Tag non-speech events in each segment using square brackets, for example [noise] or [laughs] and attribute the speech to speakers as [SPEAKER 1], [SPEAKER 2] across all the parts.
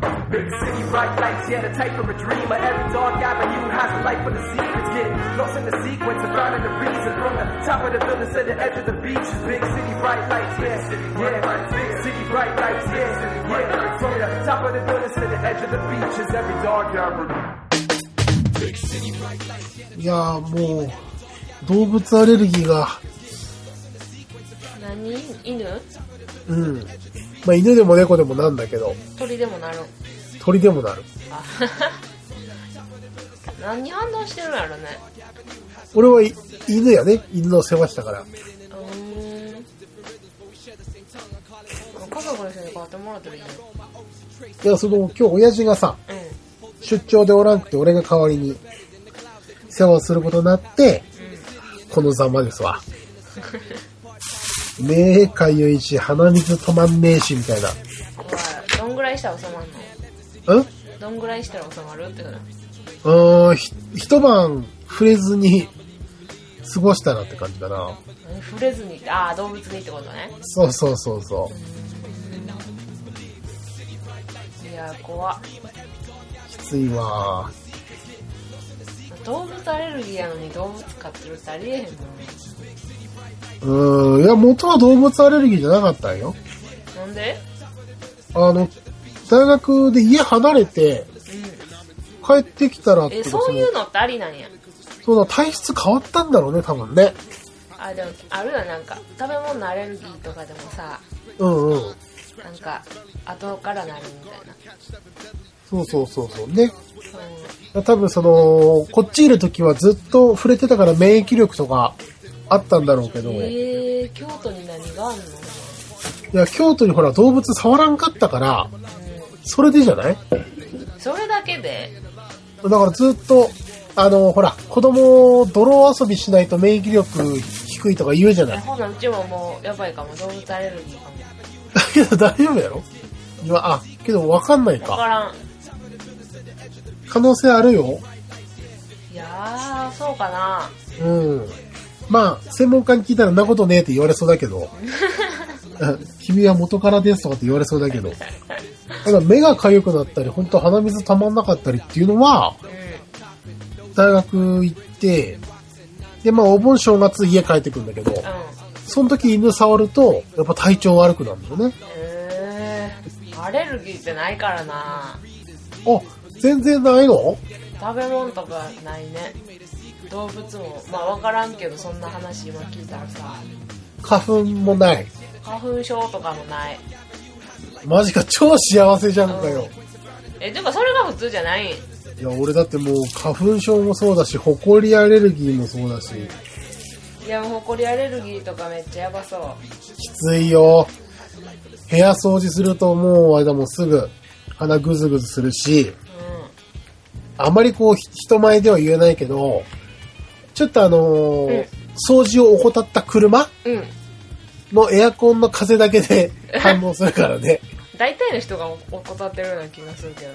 [SPEAKER 1] Big city, bright lights, yeah, the type of a dreamer. Every dark avenue has a light for the secrets. Get lost in the sequence and finding the reason. From the top of the building to the edge of the beach. Big city, bright lights, yeah, yeah. Big city, bright lights, yeah, yeah. From the top of the building to the edge of the beach is every dark avenue.
[SPEAKER 2] いやーもう動物アレルギーが
[SPEAKER 3] 何犬
[SPEAKER 2] うんまあ犬でも猫でもなんだけど
[SPEAKER 3] 鳥でもなる
[SPEAKER 2] 鳥でもなる
[SPEAKER 3] あ [laughs] 何に反応してるんやろね
[SPEAKER 2] 俺はい犬やね犬の世話したから
[SPEAKER 3] うーん家族の人に変わってもらったらいいの
[SPEAKER 2] いやその今日親父がさ
[SPEAKER 3] うん
[SPEAKER 2] 出張でおらんくて俺が代わりに世話をすることになってこのざまです [laughs] わ目かゆいし鼻水止まんねえしみたいな
[SPEAKER 3] うんどんぐらいしたら収まる
[SPEAKER 2] うん
[SPEAKER 3] のどんぐらいしたら収まるってこと
[SPEAKER 2] うーんひ一晩触れずに過ごしたらって感じだな
[SPEAKER 3] え触れずにああ動物にってことね
[SPEAKER 2] そうそうそうそう
[SPEAKER 3] いやー怖っ
[SPEAKER 2] きついわ
[SPEAKER 3] 動物アレルギーやのに動物飼ってるってありえへんもん
[SPEAKER 2] うーんいや元は動物アレルギーじゃなかったんよ
[SPEAKER 3] なんで
[SPEAKER 2] あの大学で家離れて帰ってきたらって
[SPEAKER 3] え
[SPEAKER 2] こと
[SPEAKER 3] そういうのってありなんや
[SPEAKER 2] そうだ体質変わったんだろうね多分ね
[SPEAKER 3] あでもあるよなんか食べ物のアレルギーとかでもさ
[SPEAKER 2] うんうん
[SPEAKER 3] なんか後からなるみたいな
[SPEAKER 2] そうそうそうそうね
[SPEAKER 3] う
[SPEAKER 2] 多分そのこっちいる時はずっと触れてたから免疫力とかあったんだろうけど、
[SPEAKER 3] んえー、京都に何があんの
[SPEAKER 2] いや京都にほら動物触らんかったからそれでじゃない
[SPEAKER 3] それだけで
[SPEAKER 2] だからずっと、あの、ほら、子供、泥遊びしないと免疫力低いとか言うじゃない。
[SPEAKER 3] ほなうちももうやばいかも動物アレルギーかも
[SPEAKER 2] だけど大丈夫やろ今、あ、けどわかんない
[SPEAKER 3] わか
[SPEAKER 2] か。
[SPEAKER 3] らん
[SPEAKER 2] 可能性あるよ。
[SPEAKER 3] いやーそうかな
[SPEAKER 2] うん。まあ、専門家に聞いたらんなことねえって言われそうだけど。 [laughs] うん君は元からですとかって言われそうだけど。ただ目が痒くなったり、本当鼻水たまんなかったりっていうのは、
[SPEAKER 3] う
[SPEAKER 2] 大学行って、で、まあ、お盆正月家帰ってくるんだけど
[SPEAKER 3] ん、うん
[SPEAKER 2] その時犬触ると、やっぱ体調悪くなるんだよね。
[SPEAKER 3] えー、アレルギーってないからな
[SPEAKER 2] あ、全然ないの
[SPEAKER 3] 食べ物とかないね動物もまあ分からんけどそんな話今聞いたらさ
[SPEAKER 2] 花粉もない。
[SPEAKER 3] 花粉症とかもない
[SPEAKER 2] マジか、超幸せじゃんかよ。
[SPEAKER 3] えでもそれが普通じゃないん
[SPEAKER 2] いや、俺だってもう、花粉症もそうだし、ホコリアレルギーもそうだし、
[SPEAKER 3] いやもうホコリアレルギーとかめっちゃやばそう
[SPEAKER 2] きついよ。部屋掃除するともう、あれだもんすぐ、鼻ぐずぐずするし、
[SPEAKER 3] う
[SPEAKER 2] あまりこう、ひ人前では言えないけど、ちょっとあのー
[SPEAKER 3] うん
[SPEAKER 2] 掃除を怠った車
[SPEAKER 3] んうん
[SPEAKER 2] のエアコンの風だけで反応するからね。
[SPEAKER 3] 大体の人がお怠ってるような気がするけ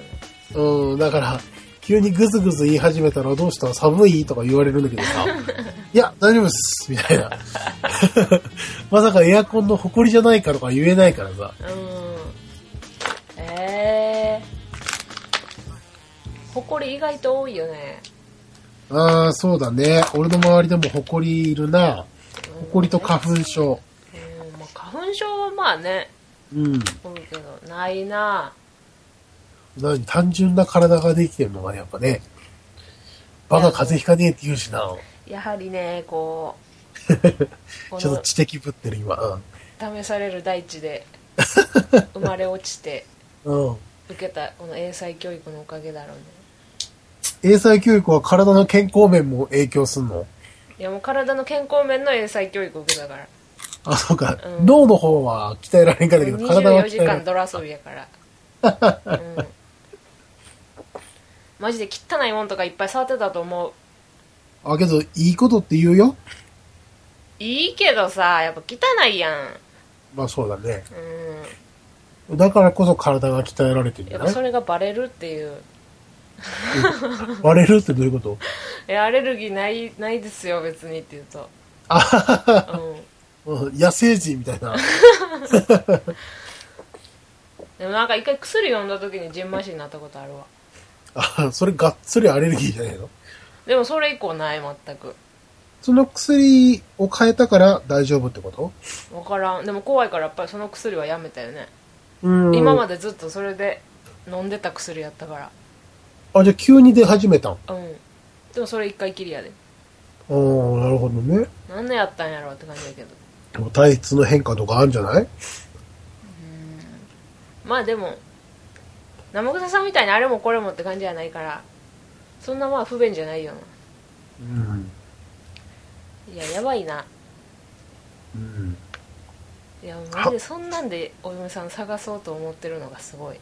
[SPEAKER 3] どね
[SPEAKER 2] うん、だから、急にグズグズ言い始めたらどうしたの寒いとか言われるんだけどさ、いや、大丈夫です、みたいな。 [laughs] まさかエアコンの埃じゃないかとか言えないからさ、
[SPEAKER 3] うんええー、ホコリ意外と多いよね
[SPEAKER 2] ああ、そうだね。俺の周りでも埃いるな。埃と花粉症。
[SPEAKER 3] うん、まあ、花粉症はまあね
[SPEAKER 2] うん。
[SPEAKER 3] 多いけどないな
[SPEAKER 2] 何単純な体ができてるのがねやっぱね、バカ風邪ひかねえって言うしな。
[SPEAKER 3] やはりねこ [laughs] うこ
[SPEAKER 2] ちょっと
[SPEAKER 3] の
[SPEAKER 2] 知的ぶってる今。うん
[SPEAKER 3] 試される大地で生まれ落ちて
[SPEAKER 2] うん。
[SPEAKER 3] 受けたこの英才教育のおかげだろうね
[SPEAKER 2] 英才教育は体の健康面も影響すんの
[SPEAKER 3] いやもう体の健康面の英才教育を受けたから
[SPEAKER 2] あ、そうか、
[SPEAKER 3] うん
[SPEAKER 2] 脳の方は鍛えられんかったけど、体は
[SPEAKER 3] 24
[SPEAKER 2] 鍛
[SPEAKER 3] 時
[SPEAKER 2] えられ
[SPEAKER 3] 間
[SPEAKER 2] ん。
[SPEAKER 3] 泥遊びやから、うん、マジで汚いもんとかいっぱい触ってたと思う
[SPEAKER 2] あ、けど、いいことって言うよ。
[SPEAKER 3] いいけどさやっぱ汚いやん
[SPEAKER 2] まあそうだね。
[SPEAKER 3] う
[SPEAKER 2] だからこそ体が鍛えられてるん
[SPEAKER 3] ん
[SPEAKER 2] じ
[SPEAKER 3] や
[SPEAKER 2] ゃ
[SPEAKER 3] っぱ
[SPEAKER 2] な
[SPEAKER 3] そ
[SPEAKER 2] い
[SPEAKER 3] れがバレるっていう
[SPEAKER 2] 割れるってどういうこと
[SPEAKER 3] えアレルギーないないですよ別にって言うと
[SPEAKER 2] あははは
[SPEAKER 3] うん
[SPEAKER 2] うん野生児みたいな。
[SPEAKER 3] でもなんか一回薬飲んだ時にジンマシンになったことあるわ
[SPEAKER 2] あ、それがっつりアレルギーじゃないの
[SPEAKER 3] でもそれ以降ない全く
[SPEAKER 2] その薬を変えたから大丈夫ってこと
[SPEAKER 3] 分からんでも怖いからやっぱりその薬はやめたよね、
[SPEAKER 2] うん
[SPEAKER 3] 今
[SPEAKER 2] で。
[SPEAKER 3] までずっとそれで飲んでた薬やったか
[SPEAKER 2] あ、じゃあ急に出始めたん。あ
[SPEAKER 3] らうんでもそれ一回きりやで
[SPEAKER 2] あ、なるほどね。
[SPEAKER 3] 何年やったんやろうって感じだけど
[SPEAKER 2] でも体質の変化とかあるんじゃない
[SPEAKER 3] まあでも生臭さんみたいにあれもこれもって感じじゃないからそんなまあ不便じゃないよ
[SPEAKER 2] うん。
[SPEAKER 3] ないややばいな
[SPEAKER 2] うん。
[SPEAKER 3] いやマジでそんなんでお嫁さん探そうと思ってるのがすごい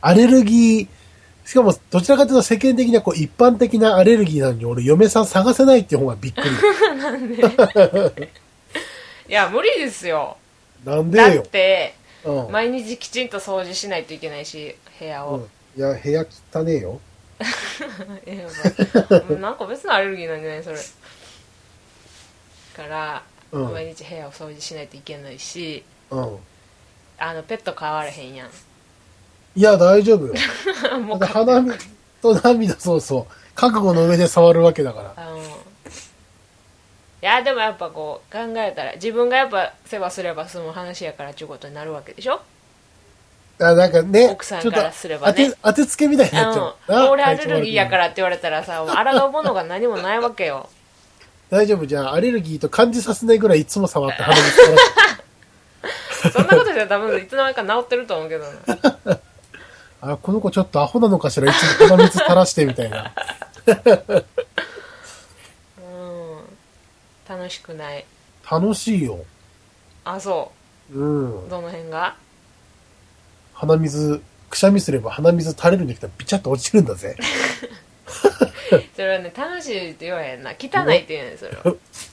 [SPEAKER 2] アレルギー、しかもどちらかというと世間的なこう一般的なアレルギーなのに俺嫁さん探せないっていう方がびっ
[SPEAKER 3] [laughs]
[SPEAKER 2] くり。
[SPEAKER 3] いや無理ですよ
[SPEAKER 2] なんで
[SPEAKER 3] だっ
[SPEAKER 2] よ。
[SPEAKER 3] て
[SPEAKER 2] うん。
[SPEAKER 3] 毎日きちんと掃除しないといけないし部屋
[SPEAKER 2] う
[SPEAKER 3] を、
[SPEAKER 2] んいや、部屋汚ねえよ。
[SPEAKER 3] [laughs] いやまあもうなんか別のアレルギーなんじゃないそれから、
[SPEAKER 2] うん
[SPEAKER 3] 毎日部屋を掃除しないといけないし
[SPEAKER 2] うん。
[SPEAKER 3] あのペット飼われへんや
[SPEAKER 2] いや、大丈夫よ。
[SPEAKER 3] ん [laughs] も
[SPEAKER 2] だっ
[SPEAKER 3] う
[SPEAKER 2] て
[SPEAKER 3] か
[SPEAKER 2] 鼻水と涙、そうそう。覚悟の上で触るわけだから。
[SPEAKER 3] あのいやでもやっぱこう考えたら自分がやっぱ世話すれば済む話やからっちゅうことになるわけでしょ
[SPEAKER 2] あなんかね、
[SPEAKER 3] 奥さんからすればね
[SPEAKER 2] ちょっと当て当てつけみたいになっちゃ
[SPEAKER 3] あ
[SPEAKER 2] う。
[SPEAKER 3] の
[SPEAKER 2] な。
[SPEAKER 3] 俺アレルギーやかららって言われたらさもう抗うものが何もないわけよ
[SPEAKER 2] 大丈夫じゃあ、アレルギーと感じさせないぐらいいつも触って鼻水垂らして
[SPEAKER 3] [laughs] そんなことしたら多分いつの間にか治ってると思うけどな
[SPEAKER 2] あ、この子ちょっとアホなのかしら、いつも鼻水垂らしてみたいな。
[SPEAKER 3] うん楽しくない
[SPEAKER 2] 楽しいよ。。
[SPEAKER 3] あそううんどの辺が
[SPEAKER 2] 鼻水、くしゃみすれば鼻水垂れるんだけど、ビチャッと落ちるんだ
[SPEAKER 3] [laughs]
[SPEAKER 2] ぜ。
[SPEAKER 3] それはね楽しいって言わへんな汚いって言うねんそれは、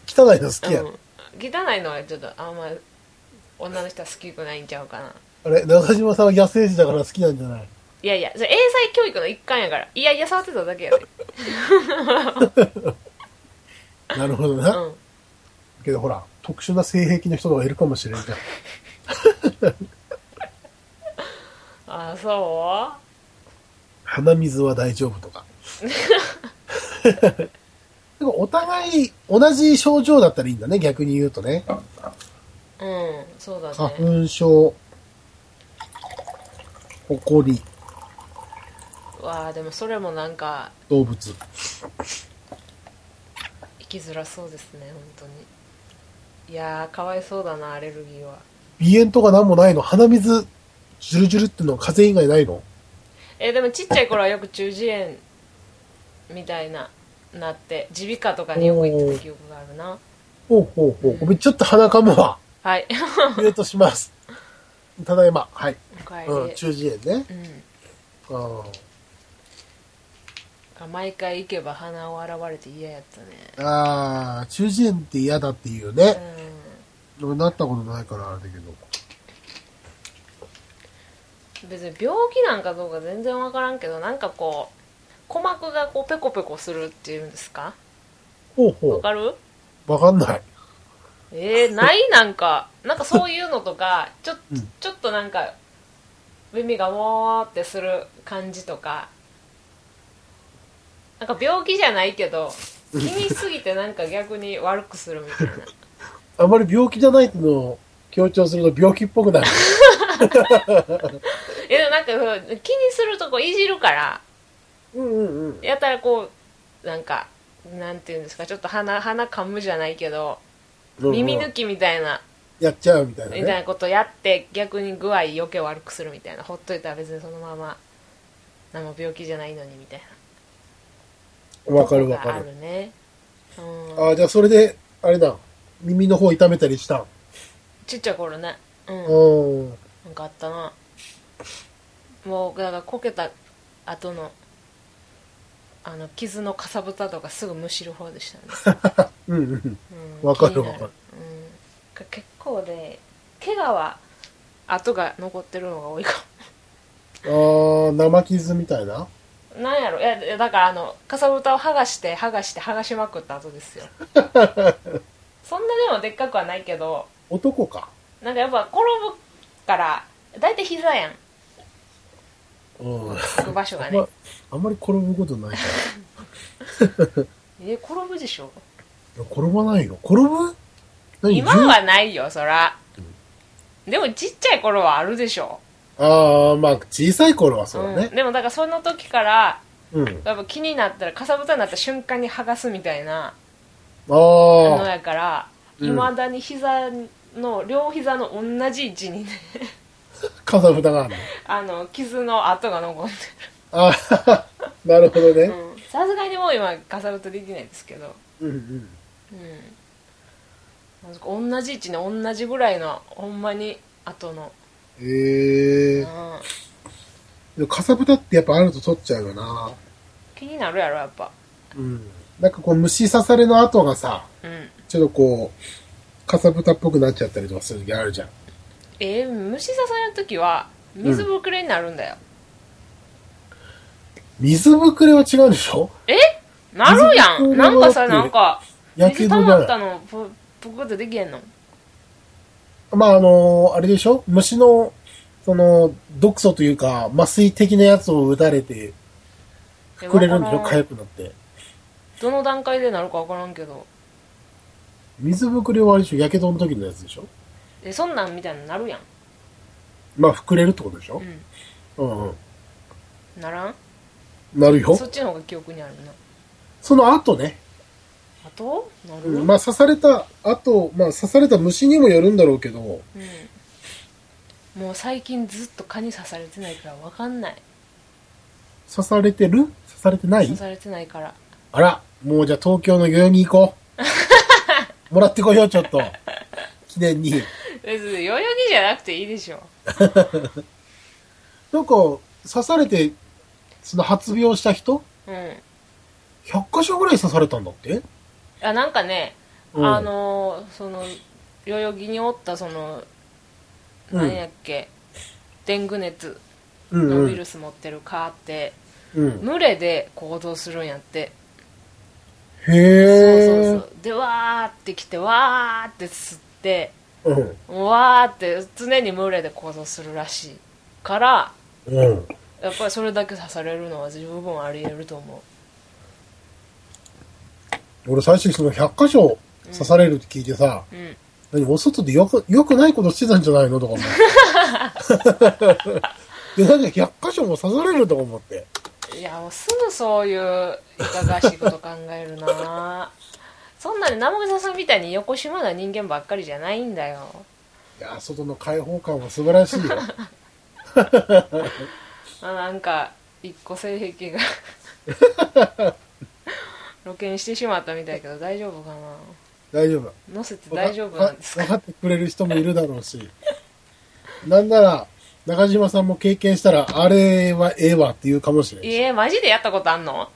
[SPEAKER 2] 汚いの好きや。
[SPEAKER 3] うんん、汚いのはちょっとあんま女の人は好きくないんちゃうかな
[SPEAKER 2] あれ、中島さんは野生児だから好きなんじゃない
[SPEAKER 3] いやいやそれ英才教育の一環やからいやいや触ってただけやで、
[SPEAKER 2] なるほど
[SPEAKER 3] う
[SPEAKER 2] な。
[SPEAKER 3] ん、
[SPEAKER 2] けどほら、特殊な性癖の人がいるかもしれんじゃん。
[SPEAKER 3] あそ
[SPEAKER 2] 鼻水は大丈夫
[SPEAKER 3] [laughs]
[SPEAKER 2] とか。でもお互い同じ症状だったらいいんだね、逆に言うとね。
[SPEAKER 3] ううんそうだ
[SPEAKER 2] 花
[SPEAKER 3] ね
[SPEAKER 2] 粉症、ほこり、
[SPEAKER 3] わあでもそれもなんか
[SPEAKER 2] 動物。
[SPEAKER 3] 生きづらそうですね本当にいやーかわいそうだなアレルギーは
[SPEAKER 2] 鼻炎とかなんもないの鼻水、ジュルジュルってのは風邪以外ないの
[SPEAKER 3] えでもちっちゃい頃はよく中耳炎みたいななって耳鼻科とかによく行った記憶があるな
[SPEAKER 2] ほうほうほう。ごめん、ちょっと鼻かむ [laughs] わ。
[SPEAKER 3] はい
[SPEAKER 2] ミュートします。ただいま。はい。
[SPEAKER 3] [laughs] おかえり、
[SPEAKER 2] うん、中耳炎ね。
[SPEAKER 3] うん
[SPEAKER 2] うん。
[SPEAKER 3] 毎回行けば鼻を洗われて嫌やったね
[SPEAKER 2] あー、中耳炎って嫌だっていうね。
[SPEAKER 3] う
[SPEAKER 2] 俺なったことないからあれだけど。
[SPEAKER 3] ん別に病気なんかどうか全然分からんけどなんかこう鼓膜がこうペコペコするっていうんですか
[SPEAKER 2] ほうほ
[SPEAKER 3] わかる
[SPEAKER 2] う。わかんない。
[SPEAKER 3] えー、ないなんかなんかそういうのとかちょ
[SPEAKER 2] うん
[SPEAKER 3] ちょっとなんか耳がもーってする感じとかなんか病気じゃないけど気にしすぎてなんか逆に悪くするみ
[SPEAKER 2] [laughs]
[SPEAKER 3] たいな
[SPEAKER 2] あまり病気じゃないっていうのを強調すると病気っぽくなる。
[SPEAKER 3] えでもなんかそう気にするとこいじるから
[SPEAKER 2] うんうんうん。
[SPEAKER 3] やたらこうなんかなんていうんですかちょっと鼻鼻噛むじゃないけど耳抜きみたいな
[SPEAKER 2] やっちゃうみたいな、
[SPEAKER 3] みたい
[SPEAKER 2] ね。
[SPEAKER 3] なことやって逆に具合余計悪くするみたいなほっといたら別にそのまま何も病気じゃないのにみたいな
[SPEAKER 2] わかるわか
[SPEAKER 3] あ
[SPEAKER 2] る。
[SPEAKER 3] るね、うん、
[SPEAKER 2] ああ、じゃあそれで、あれだ。耳の方痛めたりしたん。
[SPEAKER 3] ちっちゃい頃ねうん
[SPEAKER 2] うん。
[SPEAKER 3] なんかあったなもうだからこけた後のあの傷のかさぶたとかすぐむしる方でしたね
[SPEAKER 2] うんうん。
[SPEAKER 3] うん
[SPEAKER 2] わかる
[SPEAKER 3] 気にな
[SPEAKER 2] わかる
[SPEAKER 3] うん、結構で怪我は跡が残ってるのが多いか
[SPEAKER 2] ああ、生傷みたいな。 [laughs]
[SPEAKER 3] もなんやろいやいやだからあのかさぶたを剥がして剥がして剥がしまくった
[SPEAKER 2] [laughs]
[SPEAKER 3] 後ですよそんなでもでっかくはないけど
[SPEAKER 2] 男か。
[SPEAKER 3] なんかやっぱ転ぶから大体膝やん
[SPEAKER 2] うん。
[SPEAKER 3] 置く場所が
[SPEAKER 2] あん
[SPEAKER 3] ね
[SPEAKER 2] まあんまり転ぶことないか
[SPEAKER 3] え転ぶでしょ
[SPEAKER 2] ら。転ばないよ。転ぶ何
[SPEAKER 3] 今はないよそらでもちっちゃい頃はあるでしょ
[SPEAKER 2] ああ、まあ、小さい頃はそうだ
[SPEAKER 3] ん、
[SPEAKER 2] ね。
[SPEAKER 3] でもだからその時から
[SPEAKER 2] うん。
[SPEAKER 3] やっぱ気になったらかさぶたになった瞬間に剥がすみたいなの
[SPEAKER 2] ああ、
[SPEAKER 3] やから
[SPEAKER 2] うん
[SPEAKER 3] いま、未だに膝の両膝の同じ位置にね [laughs]
[SPEAKER 2] かさぶたがあるの。
[SPEAKER 3] あの傷の跡が残って
[SPEAKER 2] ああ、なるほど
[SPEAKER 3] る
[SPEAKER 2] ね。
[SPEAKER 3] うんさすがにもう今かさぶたできないですけど
[SPEAKER 2] うんうん。
[SPEAKER 3] うん同じ位置に同じぐらいのほんまに後の、
[SPEAKER 2] え
[SPEAKER 3] う
[SPEAKER 2] えで
[SPEAKER 3] ん、
[SPEAKER 2] もかさぶたってやっぱあると取っちゃうよな。
[SPEAKER 3] 気になるやろやっぱ
[SPEAKER 2] うん。なんかこう、虫刺されの跡がさ、
[SPEAKER 3] うん
[SPEAKER 2] ちょっとこう、かさぶたっぽくなっちゃったりとかする時あるじゃん。
[SPEAKER 3] えー、虫刺される時は水ぶくれになるんだよ、
[SPEAKER 2] 水ぶくれは違うでしょ
[SPEAKER 3] えなるや
[SPEAKER 2] 水ぶく
[SPEAKER 3] ん
[SPEAKER 2] れは
[SPEAKER 3] なんか
[SPEAKER 2] だっ
[SPEAKER 3] さ
[SPEAKER 2] て
[SPEAKER 3] なんか
[SPEAKER 2] や
[SPEAKER 3] 水
[SPEAKER 2] け
[SPEAKER 3] 溜
[SPEAKER 2] ど
[SPEAKER 3] まっ
[SPEAKER 2] だ
[SPEAKER 3] た
[SPEAKER 2] よ。
[SPEAKER 3] のぷぷくってできへんの
[SPEAKER 2] まあ、あのーあれでしょ虫の、その、毒素というか、麻酔的なやつを打たれて、
[SPEAKER 3] え
[SPEAKER 2] くれるんでしょ
[SPEAKER 3] わからん
[SPEAKER 2] 痒くなって。
[SPEAKER 3] どの段階でなるか分からんけど
[SPEAKER 2] 水ぶくれはあれでしょやけどの時のやつでしょ
[SPEAKER 3] えそんなんみたいになるやん
[SPEAKER 2] まあ、膨れるってことでしょ
[SPEAKER 3] う
[SPEAKER 2] うんうん。
[SPEAKER 3] んならん
[SPEAKER 2] なるよ
[SPEAKER 3] そ。っちの方が記憶にあるな
[SPEAKER 2] その後ね。
[SPEAKER 3] あとなる、
[SPEAKER 2] うんまあ、刺された後、まあ、刺された虫にもよるんだろうけど、
[SPEAKER 3] うんもう最近ずっと蚊に刺されてないから分かんない
[SPEAKER 2] 刺されてる刺されてない
[SPEAKER 3] 刺されてないから
[SPEAKER 2] あら、もうじゃあ東京の代々木行こ [laughs] う。もらってこよう、ちょっと。記念に。
[SPEAKER 3] 別に代々木じゃなくていいでしょ
[SPEAKER 2] なんか、刺されて、その発病した人
[SPEAKER 3] うん
[SPEAKER 2] ?100 箇所ぐらい刺されたんだって
[SPEAKER 3] あなんかね、
[SPEAKER 2] うん
[SPEAKER 3] あのーその代々木におったその
[SPEAKER 2] うん
[SPEAKER 3] 何やっけ、デング熱
[SPEAKER 2] う
[SPEAKER 3] のウイ
[SPEAKER 2] ん
[SPEAKER 3] ルス持ってる蚊って、
[SPEAKER 2] うん。
[SPEAKER 3] 群れで行動するんやって、
[SPEAKER 2] へ
[SPEAKER 3] そう
[SPEAKER 2] え。
[SPEAKER 3] そうそうでわーって来てわーって吸って
[SPEAKER 2] うん。
[SPEAKER 3] わーって常に群れで行動するらしいから
[SPEAKER 2] うん。
[SPEAKER 3] やっぱりそれだけ刺されるのは十分ありえると思
[SPEAKER 2] 俺最初にその100箇所刺されるって聞いてさ、
[SPEAKER 3] ううん
[SPEAKER 2] 何お外でよく、よくないことしてたんじゃないのとか思 [laughs] って。で、なんか100箇所も刺されるとか思って。
[SPEAKER 3] いやもうすぐそういういかがわしいこと考えるなそんなに生臭さんみたいに横島な人間ばっかりじゃないんだよ
[SPEAKER 2] いや、外の開放感は素晴らしいよ。
[SPEAKER 3] あなんか一個性癖が露見してしまったみたいけど大丈夫かな
[SPEAKER 2] 大丈夫。
[SPEAKER 3] 乗せて大丈夫なんです
[SPEAKER 2] わ
[SPEAKER 3] か
[SPEAKER 2] かってくれる人もいるだろうし。なんなら、中島さんも経験したら、あれはええわって言うかもしれないいし。
[SPEAKER 3] えマジでやったことあんの